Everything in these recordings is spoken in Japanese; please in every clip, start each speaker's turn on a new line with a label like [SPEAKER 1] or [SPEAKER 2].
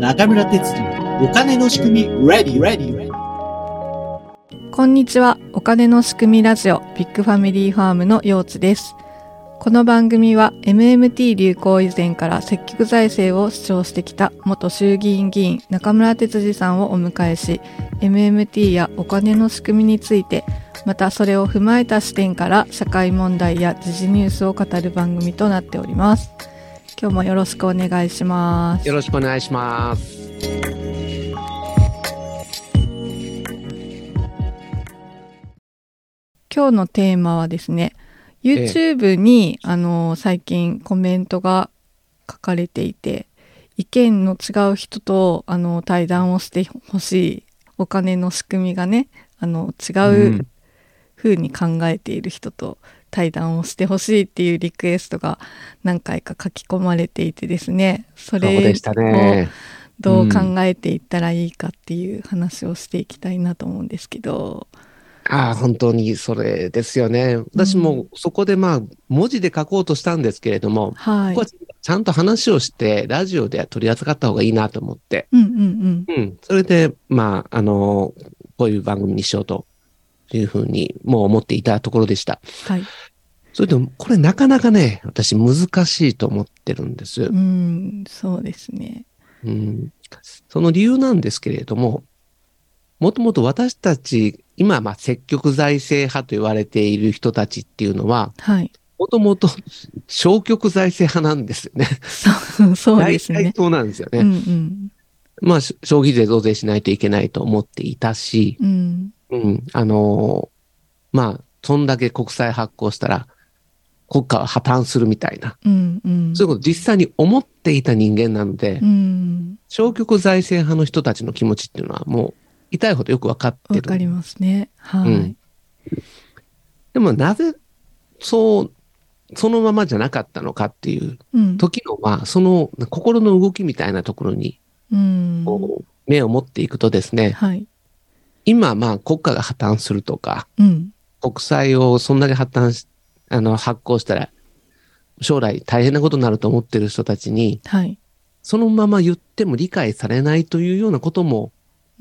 [SPEAKER 1] 中村哲次のお金の仕組み Ready Ready
[SPEAKER 2] こんにちは。お金の仕組みラジオビッグファミリーファームのようちです。この番組は MMT 流行以前から積極財政を主張してきた元衆議院議員中村哲司さんをお迎えし、MMT やお金の仕組みについて、またそれを踏まえた視点から社会問題や時事ニュースを語る番組となっております。今日もよろしくお願いします。
[SPEAKER 3] よろしくお願いします。
[SPEAKER 2] 今日のテーマはですね YouTube に、あの最近コメントが書かれていて意見の違う人とあの対談をしてほしいお金の仕組みがねあの違うう風に考えている人と対談をしてほしいっていうリクエストが何回か書き込まれていてですねそ
[SPEAKER 3] そうで
[SPEAKER 2] れ
[SPEAKER 3] したね。
[SPEAKER 2] どう
[SPEAKER 3] うん
[SPEAKER 2] 考えていったらいいかっていう話をしていきたいなと思うんですけど。
[SPEAKER 3] ああ、本当にそれですよね。私もそこでまあ、文字で書こうとしたんですけれども、
[SPEAKER 2] はい
[SPEAKER 3] ここはちゃんと話をして、ラジオで取り扱った方がいいなと思って、
[SPEAKER 2] うんうんうん
[SPEAKER 3] うん。それで、まあ、あの、こういう番組にしようというふうに、もう思っていたところでした。
[SPEAKER 2] はい
[SPEAKER 3] それと、これなかなかね、私難しいと思ってるんで
[SPEAKER 2] う
[SPEAKER 3] す。
[SPEAKER 2] ん、そうですね。
[SPEAKER 3] うんその理由なんですけれども、もともと私たち、今、まあ、積極財政派と言われている人たちっていうのは、
[SPEAKER 2] はい。
[SPEAKER 3] もともと 消極財政派なんですよね。
[SPEAKER 2] そう、 そうです
[SPEAKER 3] 大体
[SPEAKER 2] ね。
[SPEAKER 3] そうなんですよね。
[SPEAKER 2] うんうん。
[SPEAKER 3] まあ、し消費税増税しないといけないと思っていたし、
[SPEAKER 2] うん。
[SPEAKER 3] うん、あのーまあ、そんだけ国債発行したら、国家は破綻するみたいな、
[SPEAKER 2] うんうん。
[SPEAKER 3] そういうこと実際に思っていた人間なので、
[SPEAKER 2] うん。
[SPEAKER 3] 消極財政派の人たちの気持ちっていうのはもう痛いほどよくわかって
[SPEAKER 2] わ
[SPEAKER 3] る。
[SPEAKER 2] かりますね。は
[SPEAKER 3] う
[SPEAKER 2] い
[SPEAKER 3] ん。でもなぜそう、そのままじゃなかったのかっていう
[SPEAKER 2] うん。
[SPEAKER 3] 時の、まあ、その心の動きみたいなところに
[SPEAKER 2] うん。
[SPEAKER 3] こう目を持っていくとですね、
[SPEAKER 2] はい。
[SPEAKER 3] 今まあ国家が破綻するとか、
[SPEAKER 2] うん。
[SPEAKER 3] 国債をそんだけ破綻し、あの発行したら将来大変なことになると思ってる人たちに、
[SPEAKER 2] はい。
[SPEAKER 3] そのまま言っても理解されないというようなことも、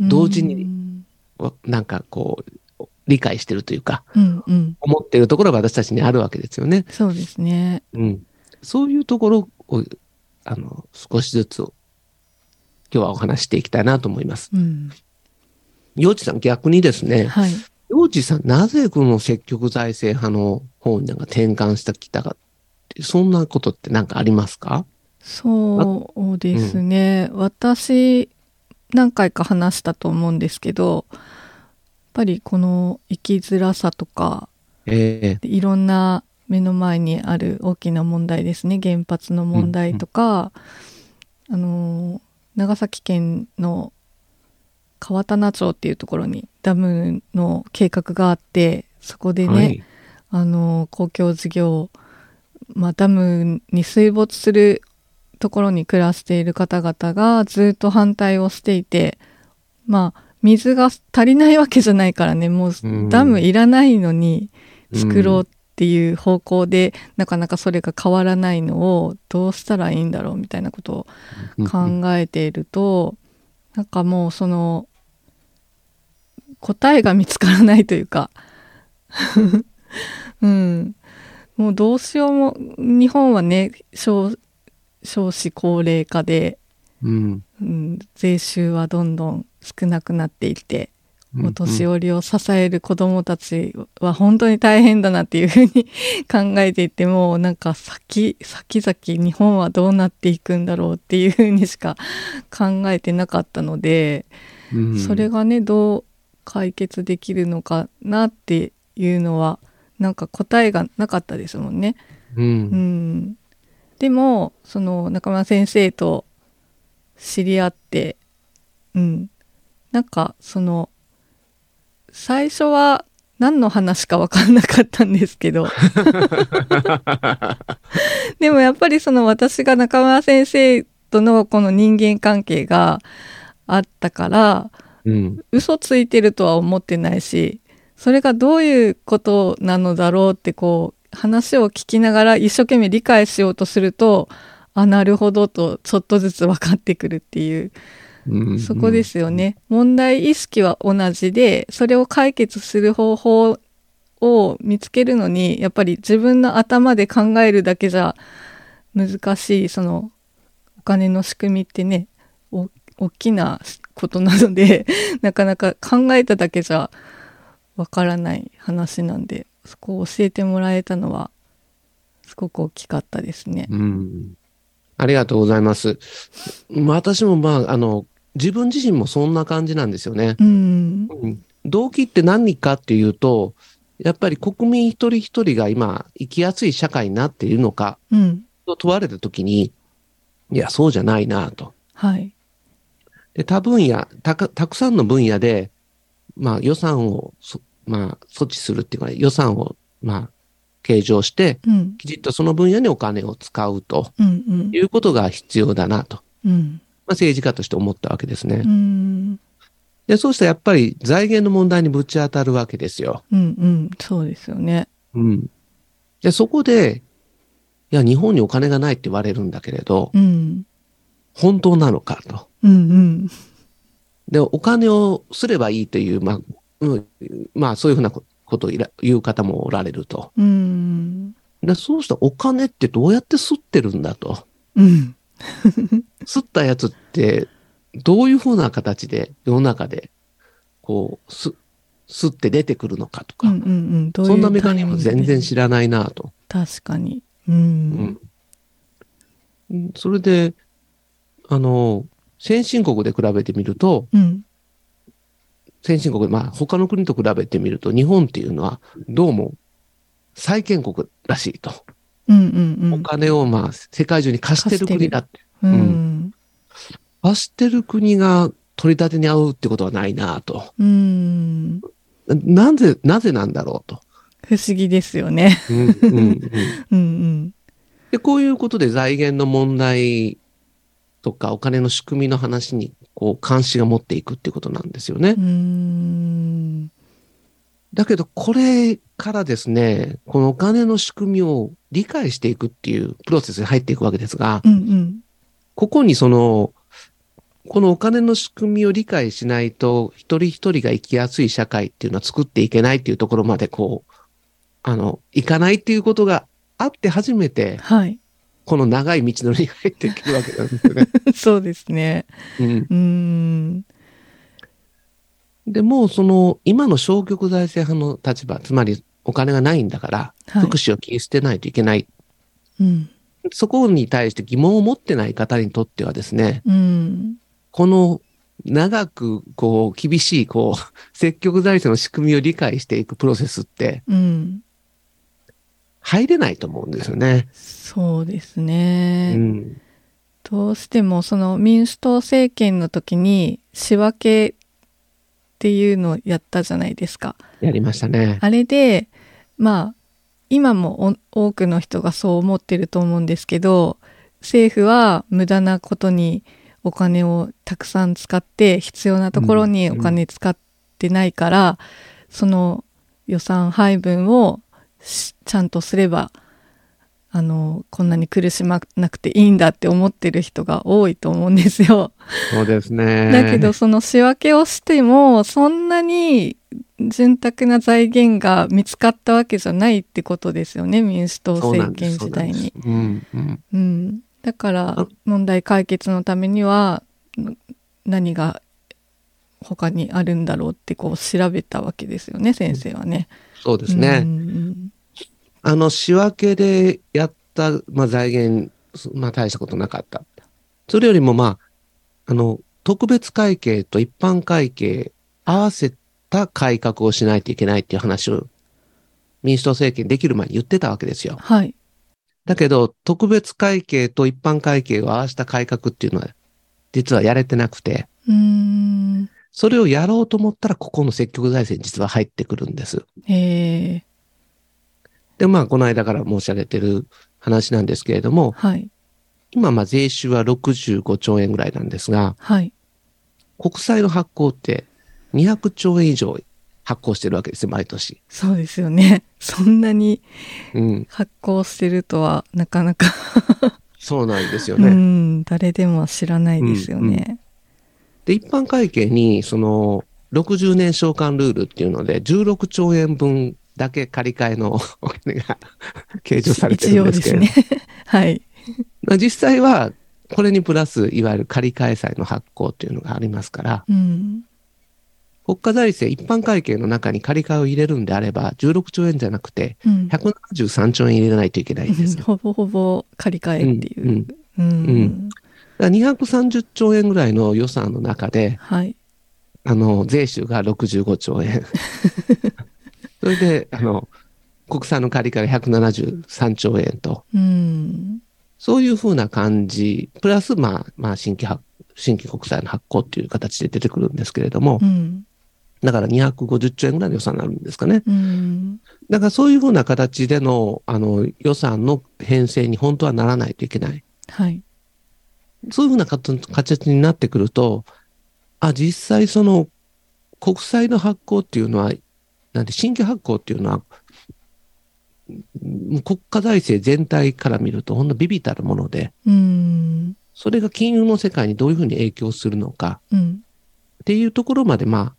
[SPEAKER 2] うん
[SPEAKER 3] 同時に。わなんかこう、理解してるというか、
[SPEAKER 2] うんうん。
[SPEAKER 3] 思っているところが私たちにあるわけですよね。
[SPEAKER 2] そうですね。
[SPEAKER 3] うん。そういうところを、あの、少しずつ、今日はお話ししていきたいなと思います。
[SPEAKER 2] うん。
[SPEAKER 3] 幼稚さん、逆にですね、
[SPEAKER 2] はい。
[SPEAKER 3] 幼稚さん、なぜこの積極財政派の方になんか転換してきたかって、そんなことってなんかありますか
[SPEAKER 2] そうですね、私何回か話したと思うんですけどやっぱりこの生きづらさとか
[SPEAKER 3] え
[SPEAKER 2] でいろんな目の前にある大きな問題ですね原発の問題とか、あのー長崎県の川棚町っていうところにダムの計画があってそこ
[SPEAKER 3] え
[SPEAKER 2] でね、
[SPEAKER 3] はい。
[SPEAKER 2] あの公共事業、まあ、ダムに水没するところに暮らしている方々がずっと反対をしていてまあ水が足りないわけじゃないからねもう
[SPEAKER 3] うん
[SPEAKER 2] ダムいらないのに作ろうっていう方向で、なかなかそれが変わらないのをどうしたらいいんだろうみたいなことを考えていると、なんかもうその答えが見つからないというか うんもうどうしようも日本はね少少子高齢化で、
[SPEAKER 3] うん。
[SPEAKER 2] うん、税収はどんどん少なくなっていってお年寄りを支える子どもたちは本当に大変だなっていうふうに考えていてもなんか先先々日本はどうなっていくんだろうっていうふうにしか考えてなかったので、
[SPEAKER 3] うん
[SPEAKER 2] それがねどう解決できるのかなっていうのはなんか答えがなかったですもんね。
[SPEAKER 3] う。
[SPEAKER 2] うんん、でもその中村先生と知り合って、うん、なんかその最初は何の話か分かんなかったんですけど でもやっぱりその私が中村先生とのこの人間関係があったから
[SPEAKER 3] うん。
[SPEAKER 2] 嘘ついてるとは思ってないしそれがどういうことなのだろうってこう話を聞きながら一生懸命理解しようとすると、あ、なるほどと、ちょっとずつ分かってくるっていう、
[SPEAKER 3] うん
[SPEAKER 2] そこですよね。問題意識は同じで、それを解決する方法を見つけるのに、やっぱり自分の頭で考えるだけじゃ難しい、その、お金の仕組みってね、お大きなことなので、 なかなか考えただけじゃわからない話なんで、そこを教えてもらえたのは、すごく大きかったですね。
[SPEAKER 3] うん。ありがとうございます。まあ私もまあ、あの、自分自身もそんな感じなんですよね。
[SPEAKER 2] うん。
[SPEAKER 3] うん動機って何かっていうと、やっぱり国民一人一人が今生きやすい社会になっているのか
[SPEAKER 2] うん。
[SPEAKER 3] と問われたときに、いや、そうじゃないなと。
[SPEAKER 2] はい。
[SPEAKER 3] で、多分野、たかたくさんの分野で、まあ予算をそ、まあ措置するっていうか、予算を、まあ、計上して、
[SPEAKER 2] うん。
[SPEAKER 3] きちっとその分野にお金を使うと
[SPEAKER 2] うん。うん
[SPEAKER 3] い。うことが必要だなと。
[SPEAKER 2] うん。
[SPEAKER 3] まあ、政治家として思ったわけですね
[SPEAKER 2] う。ん。
[SPEAKER 3] で、そうしたらやっぱり財源の問題にぶち当たるわけですよ。
[SPEAKER 2] うんうん、そうですよね。
[SPEAKER 3] うん。で、そこで、いや、日本にお金がないって言われるんだけれど、
[SPEAKER 2] うん。
[SPEAKER 3] 本当なのかと。
[SPEAKER 2] うんうん。
[SPEAKER 3] で、お金をすればいいという、まあ、うん、まあ、そういうふうなこことをいら言う方もおられると。
[SPEAKER 2] うん。
[SPEAKER 3] で、そうしたらお金ってどうやって吸ってるんだと。
[SPEAKER 2] うん。
[SPEAKER 3] 吸ったやつって、どういうふうな形で世の中で、こう、す、吸って出てくるのかと
[SPEAKER 2] う
[SPEAKER 3] か、
[SPEAKER 2] んうんうん。どういう
[SPEAKER 3] そんなメカニズム
[SPEAKER 2] タイミ
[SPEAKER 3] 全
[SPEAKER 2] ングで
[SPEAKER 3] 然知らないなと。
[SPEAKER 2] 確かに。うん。
[SPEAKER 3] うんそれで、あの、先進国で比べてみると、
[SPEAKER 2] うん。
[SPEAKER 3] 先進国、まあ他の国と比べてみると、日本っていうのはどうも債権国らしいと。
[SPEAKER 2] うんう
[SPEAKER 3] お
[SPEAKER 2] ん
[SPEAKER 3] 金をまあ世界中に貸してる国だって。
[SPEAKER 2] うん。うん。
[SPEAKER 3] 貸してる国が取り立てに合うってことはないなと。
[SPEAKER 2] うん。
[SPEAKER 3] なぜ、なぜなんだろうと。
[SPEAKER 2] 不思議ですよね。
[SPEAKER 3] うんうんうん
[SPEAKER 2] うん
[SPEAKER 3] で、こういうことで財源の問題とかお金の仕組みの話に、こう、監視が持っていくっていうことなんですよね
[SPEAKER 2] うん。う。ん。
[SPEAKER 3] だけど、これからですね、このお金の仕組みを理解していくっていうプロセスに入っていくわけですが、
[SPEAKER 2] うんうん。
[SPEAKER 3] ここにその、このお金の仕組みを理解しないと、一人一人が生きやすい社会っていうのは作っていけないっていうところまで、こう、あの、いかないっていうことがあって初めて、
[SPEAKER 2] はい。
[SPEAKER 3] この長い道のりに入ってくるわけなんですよね。
[SPEAKER 2] そうですね。
[SPEAKER 3] うん
[SPEAKER 2] うん。
[SPEAKER 3] でもうその今の消極財政派の立場、つまりお金がないんだから、
[SPEAKER 2] はい
[SPEAKER 3] 福祉を切り捨てないといけない,、
[SPEAKER 2] うん。
[SPEAKER 3] そこに対して疑問を持ってない方にとってはですね、
[SPEAKER 2] うん。
[SPEAKER 3] この長くこう厳しいこう 積極財政の仕組みを理解していくプロセスって
[SPEAKER 2] うん。
[SPEAKER 3] 入れないと思うんですよね。
[SPEAKER 2] そうです
[SPEAKER 3] う
[SPEAKER 2] ね。
[SPEAKER 3] ん。
[SPEAKER 2] どうしてもその民主党政権の時に仕分けっていうのをやったじゃないですか。
[SPEAKER 3] やりましたね。
[SPEAKER 2] あれで、まあ、今もお多くの人がそう思ってると思うんですけど、政府は無駄なことにお金をたくさん使って、必要なところにお金使ってないから、その予算配分をしちゃんとすれば、あの、こんなに苦しまなくていいんだって思ってる人が多いと思うんですよ。
[SPEAKER 3] そうですね。
[SPEAKER 2] だけど、その仕分けをしてもそんなに潤沢な財源が見つかったわけじゃないってことですよね民主党
[SPEAKER 3] そうな
[SPEAKER 2] 政
[SPEAKER 3] んで
[SPEAKER 2] 権
[SPEAKER 3] す、そ
[SPEAKER 2] 時
[SPEAKER 3] うなん
[SPEAKER 2] 代
[SPEAKER 3] です
[SPEAKER 2] に。。
[SPEAKER 3] うん、うん。
[SPEAKER 2] うん、だから
[SPEAKER 3] あ
[SPEAKER 2] 問題解決のためにはん何が他にあるんだろうってこう調べたわけですよね先生はね。
[SPEAKER 3] そうですね。
[SPEAKER 2] うん
[SPEAKER 3] あの仕分けでやった、まあ、財源、そまあ、大したことなかった。それよりも、まあ、あの、特別会計と一般会計合わせた改革をしないといけないっていう話を民主党政権できる前に言ってたわけですよ。
[SPEAKER 2] はい。
[SPEAKER 3] だけど、特別会計と一般会計を合わせた改革っていうのは、実はやれてなくて、
[SPEAKER 2] うーん。
[SPEAKER 3] それをやろうと思ったら、ここの積極財政に実は入ってくるんです。
[SPEAKER 2] えー、
[SPEAKER 3] で、まあ、この間から申し上げてる話なんですけれども、
[SPEAKER 2] はい。
[SPEAKER 3] 今、まあ、税収は65兆円ぐらいなんですが、
[SPEAKER 2] はい。
[SPEAKER 3] 国債の発行って200兆円以上発行してるわけですよ、毎年。
[SPEAKER 2] そうですよね。 そんなに
[SPEAKER 3] うん。
[SPEAKER 2] 発行してるとはなかなか、
[SPEAKER 3] そうなんですよ
[SPEAKER 2] う
[SPEAKER 3] ね。
[SPEAKER 2] ん、誰でも知らないですよね。
[SPEAKER 3] で、一般会計に、その、60年償還ルールっていうので、16兆円分だけ借り換えの お金が計上されて
[SPEAKER 2] 一
[SPEAKER 3] るん
[SPEAKER 2] 応
[SPEAKER 3] で
[SPEAKER 2] です
[SPEAKER 3] け
[SPEAKER 2] す
[SPEAKER 3] れど、
[SPEAKER 2] ね。 はい。
[SPEAKER 3] まあ実際は、これにプラス、いわゆる借り換え債の発行っていうのがありますから、
[SPEAKER 2] うん。
[SPEAKER 3] 国家財政一般会計の中に借り換えを入れるんであれば、16兆円じゃなくて、
[SPEAKER 2] うん
[SPEAKER 3] 173兆円入れないといけないんですよ。。
[SPEAKER 2] ほぼほぼ借り換えっていううんうん。
[SPEAKER 3] うんだから230兆円ぐらいの予算の中で、
[SPEAKER 2] はい。
[SPEAKER 3] あの、税収が65 兆円。それで、あの、国産の借りから173兆円と、
[SPEAKER 2] うん。
[SPEAKER 3] そういうふうな感じ、プラス、まあ、まあ、新規発、新規国債の発行っていう形で出てくるんですけれども
[SPEAKER 2] う、ん。
[SPEAKER 3] だから250兆円ぐらいの予算になるんですかね。
[SPEAKER 2] うん。
[SPEAKER 3] だからそういうふうな形での、あの、予算の編成に本当はならないといけない。
[SPEAKER 2] はい。
[SPEAKER 3] そういうふうな形形になってくると、あ、実際その国債の発行っていうのは、なんて新規発行っていうのは、うん国家財政全体から見るとほんのビビたるもので、
[SPEAKER 2] うん。
[SPEAKER 3] それが金融の世界にどういうふうに影響するのか
[SPEAKER 2] うん。
[SPEAKER 3] っていうところまで、まあ、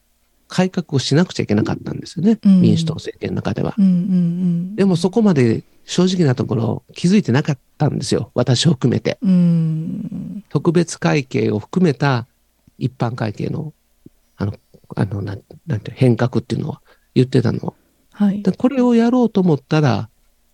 [SPEAKER 3] 改革をしなくちゃいけなかったんですよね。
[SPEAKER 2] うん
[SPEAKER 3] 民主党政権の中では。
[SPEAKER 2] うん。うん。
[SPEAKER 3] でもそこまで正直なところ気づいてなかったんですよ。私を含めて。
[SPEAKER 2] うん。
[SPEAKER 3] 特別会計を含めた一般会計の、あの、あの、なんなんていう変革っていうのは言ってたの。
[SPEAKER 2] はい。
[SPEAKER 3] でこれをやろうと思ったら、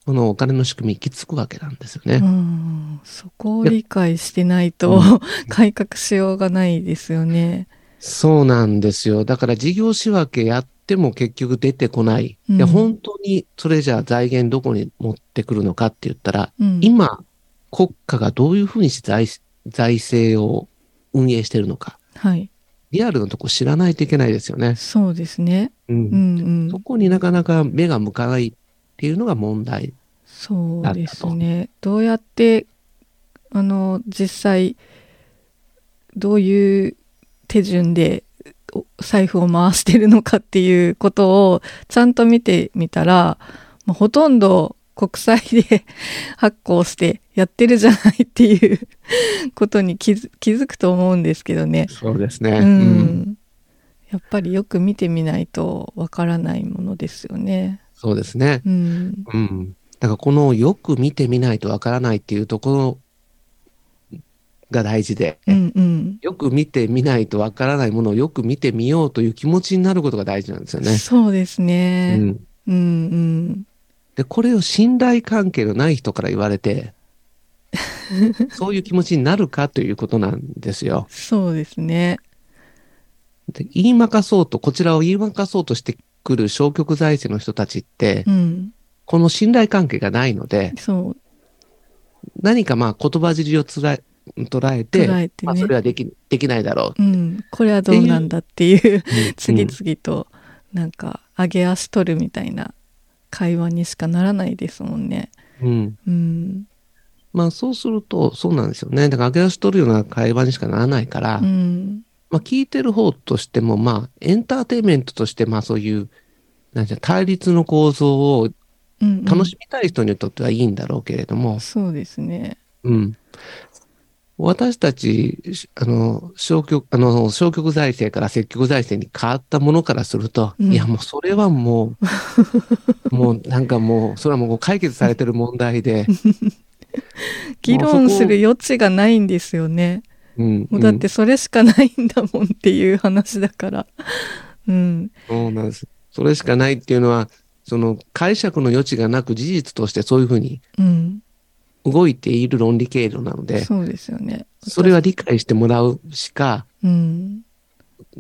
[SPEAKER 3] このお金の仕組み、きつくわけなんですよ
[SPEAKER 2] う
[SPEAKER 3] ね。
[SPEAKER 2] ん。そこを理解してないと、 改革しようがないですよね。
[SPEAKER 3] そうなんですよ。だから事業仕分けやっても結局出てこない。
[SPEAKER 2] うん
[SPEAKER 3] いや、本当にそれじゃあ財源どこに持ってくるのかって言ったら、
[SPEAKER 2] うん。
[SPEAKER 3] 今、国家がどういうふうにして財財政を運営してるのか、
[SPEAKER 2] はい。
[SPEAKER 3] リアルのとこ知らないといけないですよね。
[SPEAKER 2] そうですね。
[SPEAKER 3] うん
[SPEAKER 2] うんうん
[SPEAKER 3] そ。こになかなか目が向かないっていうのが問題。
[SPEAKER 2] そうですね。どうやって、あの、実際、どういう手順でお財布を回してるのかっていうことをちゃんと見てみたら、まあ、ほとんど国債で 発行してやってるじゃないっていうことに気づ気づくと思うんですけどね。
[SPEAKER 3] そうですね。
[SPEAKER 2] うん。やっぱりよく見てみないとわからないものですよね。
[SPEAKER 3] そうですね。
[SPEAKER 2] うん。
[SPEAKER 3] うん。だからこのよく見てみないとわからないっていうところが大事で、
[SPEAKER 2] うんうん。
[SPEAKER 3] よく見てみないとわからないものをよく見てみようという気持ちになることが大事なんですよね。
[SPEAKER 2] そうです
[SPEAKER 3] う
[SPEAKER 2] ね。
[SPEAKER 3] ん。
[SPEAKER 2] うん、うん、
[SPEAKER 3] で、これを信頼関係のない人から言わ れて、そういう気持ちになるかということなんですよ。
[SPEAKER 2] そうですね。
[SPEAKER 3] で言いまかそうと、こちらを言いまかそうとしてくる消極財政の人たちって、
[SPEAKER 2] うん。
[SPEAKER 3] この信頼関係がないので、
[SPEAKER 2] そう。
[SPEAKER 3] 何かまあ言葉尻をつら捉えて、
[SPEAKER 2] 捉えて
[SPEAKER 3] まあそれ
[SPEAKER 2] ね。
[SPEAKER 3] はできできないだろう。
[SPEAKER 2] うん。これはどうなんだっていう、
[SPEAKER 3] う
[SPEAKER 2] 次
[SPEAKER 3] ん
[SPEAKER 2] 々と、なんか、上げ足取るみたいな会話にしかならないですもんね。
[SPEAKER 3] うん
[SPEAKER 2] うん。
[SPEAKER 3] まあそうすると、そうなんですよね。だから上げ足取るような会話にしかならないから、
[SPEAKER 2] うん。
[SPEAKER 3] まあ聞いてる方としても、まあエンターテインメントとして、まあそういう、なんていうの対立の構造を
[SPEAKER 2] うん、
[SPEAKER 3] 楽しみたい人にとってはいいんだろうけれども
[SPEAKER 2] み、そうですね。
[SPEAKER 3] うん。私たち、しあの、消極、あの、消極財政から積極財政に変わったものからすると、
[SPEAKER 2] うん
[SPEAKER 3] いや、もうそれはもう、 もうなんかもう、それはもう解決されてる問題で、
[SPEAKER 2] 議論する余地がないんですよね。
[SPEAKER 3] うん。
[SPEAKER 2] もうだってそれしかないんだもんっていう話だから。うん。
[SPEAKER 3] うん、そうなんです。それしかないっていうのは、その解釈の余地がなく事実としてそういうふうに
[SPEAKER 2] うん。
[SPEAKER 3] 動いている論理経路なので、
[SPEAKER 2] そうですよね。
[SPEAKER 3] それは理解してもらうしか
[SPEAKER 2] うん。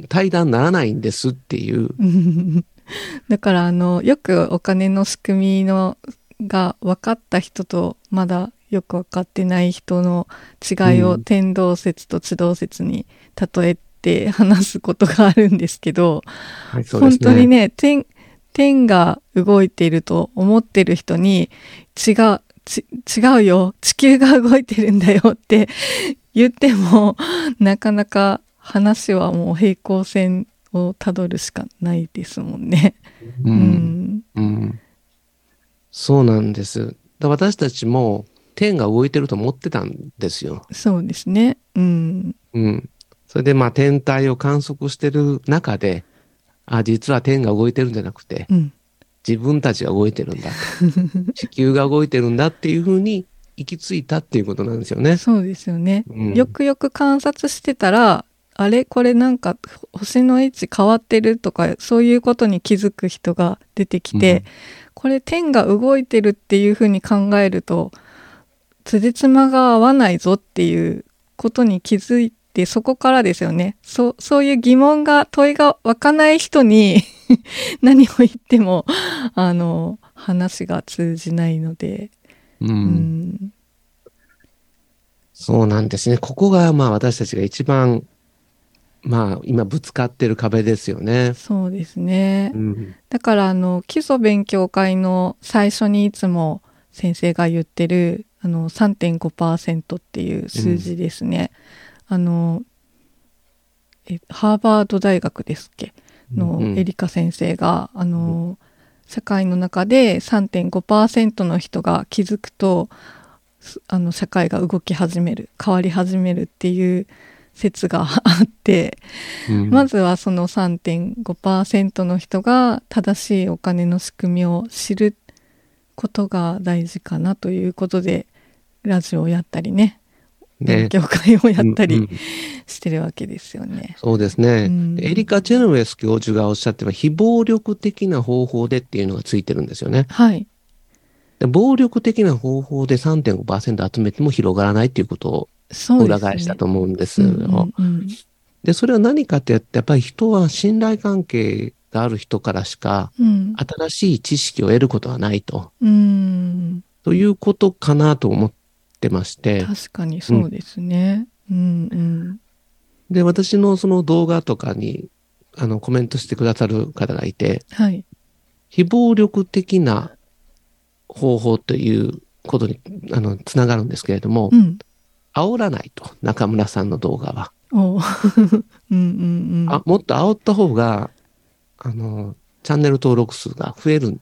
[SPEAKER 3] 対談ならないんですっていう、
[SPEAKER 2] うん だからあのよくお金の仕組みのが分かった人とまだよく分かってない人の違いを
[SPEAKER 3] うん
[SPEAKER 2] 天動説と地動説に例えて話すことがあるんですけど、
[SPEAKER 3] はい、そうで
[SPEAKER 2] 本
[SPEAKER 3] す
[SPEAKER 2] 当にね天天が動いていると思ってる人に違うち違うよ地球が動いてるんだよって 言ってもなかなか話はもう平行線をたどるしかないですもんね。
[SPEAKER 3] う。
[SPEAKER 2] うんん。
[SPEAKER 3] うん。そうなんです。だ私たちも天が動いてると思ってたんですよ。
[SPEAKER 2] そうですね。うん。
[SPEAKER 3] うん。それでまあ天体を観測してる中で、あ、実は天が動いてるんじゃなくて、
[SPEAKER 2] うん。
[SPEAKER 3] 自分たちが動いてるんだ。 地球が動いてるんだっていうふうに行き着いたっていうことなんですよね。
[SPEAKER 2] そうですよね。
[SPEAKER 3] うん、
[SPEAKER 2] よくよく観察してたら、あれこれなんか星の位置変わってるとか、そういうことに気づく人が出てきて、
[SPEAKER 3] うん
[SPEAKER 2] これ天が動いてるっていうふうに考えると、辻褄が合わないぞっていうことに気づいて、そこからですよね。そう、そういう疑問が、問いが湧かない人に 何を言っても、あの、話が通じないので、
[SPEAKER 3] うん
[SPEAKER 2] うん、
[SPEAKER 3] そうなんですね。ここがまあ私たちが一番、まあ今ぶつかってる壁ですよね。
[SPEAKER 2] そうですね。
[SPEAKER 3] うん。
[SPEAKER 2] だからあの基礎勉強会の最初にいつも先生が言ってるあの3.5%っていう数字ですね。あのえハーバード大学ですっけの
[SPEAKER 3] うん
[SPEAKER 2] エリカ先生が、あの社会の中で3.5%の人が気づくとすあの社会が動き始める変わり始めるっていう説があって。
[SPEAKER 3] うん
[SPEAKER 2] まずはその3.5%の人が正しいお金の仕組みを知ることが大事かなということでラジオをやったりね勉
[SPEAKER 3] ね。
[SPEAKER 2] 強会をやった
[SPEAKER 3] うんう
[SPEAKER 2] り
[SPEAKER 3] ん
[SPEAKER 2] してるわけですよね。
[SPEAKER 3] そうですね。
[SPEAKER 2] うん
[SPEAKER 3] エリカ・チェノウェス教授がおっしゃってる非暴力的な方法でっていうのがついてるんですよね。
[SPEAKER 2] はい
[SPEAKER 3] で暴力的な方法で3.5%集めても広がらないっていうこと
[SPEAKER 2] そうですね
[SPEAKER 3] を裏返したと思うんです
[SPEAKER 2] う
[SPEAKER 3] よ。
[SPEAKER 2] んうんうん
[SPEAKER 3] で、それは何かってやって、やっぱり人は信頼関係がある人からしか
[SPEAKER 2] うん
[SPEAKER 3] 新しい知識を得ることはないと。
[SPEAKER 2] うん
[SPEAKER 3] ということかなと思ってまして。
[SPEAKER 2] 確かにそうですね。うんうん
[SPEAKER 3] で、私のその動画とかに、あの、コメントしてくださる方がいて、
[SPEAKER 2] はい
[SPEAKER 3] 非暴力的な方法ということに、あの、つながるんですけれども
[SPEAKER 2] う、ん
[SPEAKER 3] 煽らないと、中村さんの動画は。
[SPEAKER 2] おう うんうんうん
[SPEAKER 3] あもっと煽った方が、あの、チャンネル登録数が増える。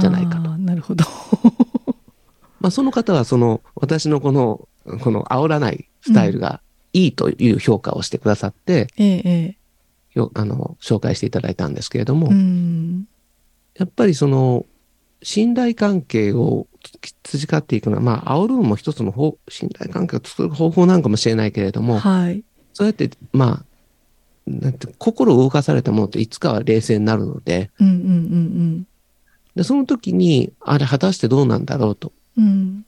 [SPEAKER 3] じゃないかと
[SPEAKER 2] あーなるほど。
[SPEAKER 3] まあ、その方は、その、私のこの、この煽らないスタイルがいいという評価をしてくださって、
[SPEAKER 2] えええ
[SPEAKER 3] よあの、紹介していただいたんですけれども、
[SPEAKER 2] えうん
[SPEAKER 3] やっぱりその、信頼関係をつ培っていくのは、まあ、煽るのも一つの方、信頼関係を作る方法なんかもしれないけれども、
[SPEAKER 2] はい
[SPEAKER 3] そうやって、まあ、なんて心を動かされたものっていつかは冷静になるので、
[SPEAKER 2] うんうんうん
[SPEAKER 3] で、その時に、あれ果たしてどうなんだろうと
[SPEAKER 2] うんうん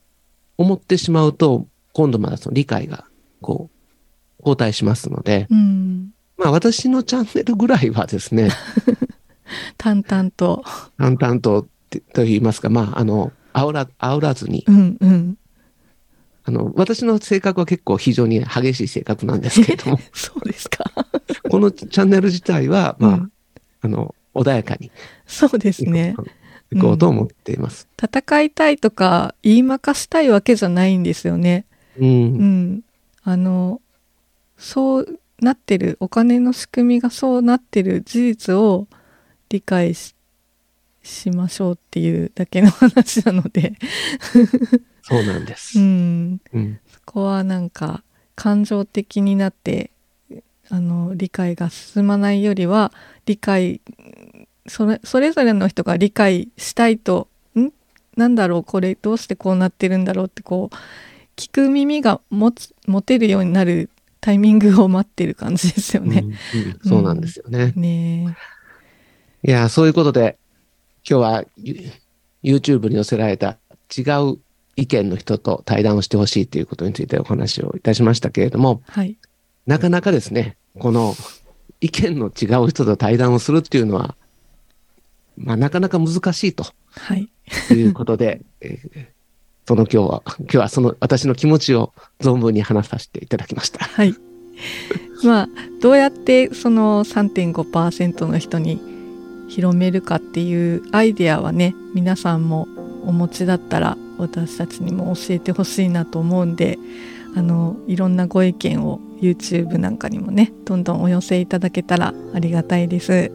[SPEAKER 3] 思ってしまうと、今度まだその理解が、こう、後退しますので、
[SPEAKER 2] うん
[SPEAKER 3] まあ私のチャンネルぐらいはです ね、
[SPEAKER 2] 淡々と。
[SPEAKER 3] 淡々とって、と言いますか、まああの、煽ら、煽らずに、
[SPEAKER 2] うんうん。、
[SPEAKER 3] あの、私の性格は結構非常に激しい性格なんですけれ ども
[SPEAKER 2] そうですか。
[SPEAKER 3] このチャンネル自体は、まあ、
[SPEAKER 2] うん
[SPEAKER 3] あの、穏やかに
[SPEAKER 2] そうです
[SPEAKER 3] 行こう,、
[SPEAKER 2] ね。
[SPEAKER 3] 行こうと思っています。
[SPEAKER 2] 戦いたいとか言いまかしたいわけじゃないんですよね。
[SPEAKER 3] うん
[SPEAKER 2] うん。あの、そうなってる、お金の仕組みがそうなってる事実を理解し、しましょうっていうだけの話なので、
[SPEAKER 3] そうなんです。
[SPEAKER 2] うん。
[SPEAKER 3] うん
[SPEAKER 2] そこはなんか感情的になってあの理解が進まないよりは理解それそれぞれの人が理解したいとんなんだろうこれどうしてこうなってるんだろうってこう聞く耳が持つ持てるようになるタイミングを待ってる感じですよね。
[SPEAKER 3] うんうんそうなんですよね。
[SPEAKER 2] ね
[SPEAKER 3] いやー、そういうことで、今日はゆ YouTube に寄せられた違う意見の人と対談をしてほしいということについてお話をいたしましたけれども
[SPEAKER 2] え、はい
[SPEAKER 3] なかなかですね、この意見の違う人と対談をするっていうのは、まあ、なかなか難しいと
[SPEAKER 2] はい
[SPEAKER 3] いうことで、えーその今日は、今日はその私の気持ちを存分に話させていただきました。
[SPEAKER 2] はい。まあどうやってその3.5%の人に広めるかっていうアイデアはね皆さんもお持ちだったら私たちにも教えてほしいなと思うんであのいろんなご意見を YouTube なんかにもねどんどんお寄せいただけたらありがたいです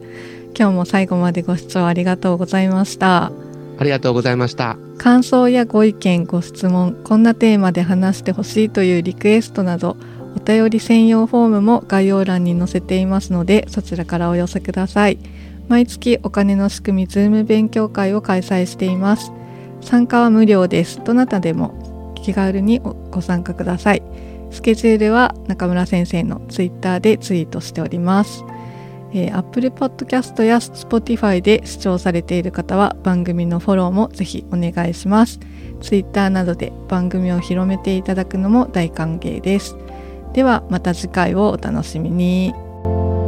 [SPEAKER 2] 今日も最後までご視聴ありがとうございました
[SPEAKER 3] ありがとうございました。
[SPEAKER 2] 感想やご意見ご質問こんなテーマで話してほしいというリクエストなどお便り専用フォームも概要欄に載せていますのでそちらからお寄せください毎月お金の仕組みズーム勉強会を開催しています参加は無料ですどなたでも気軽にご参加くださいスケジュールは中村先生のツイッターでツイートしておりますえー、Apple Podcast や Spotify で視聴されている方は番組のフォローもぜひお願いします。Twitter などで番組を広めていただくのも大歓迎です。ではまた次回をお楽しみに。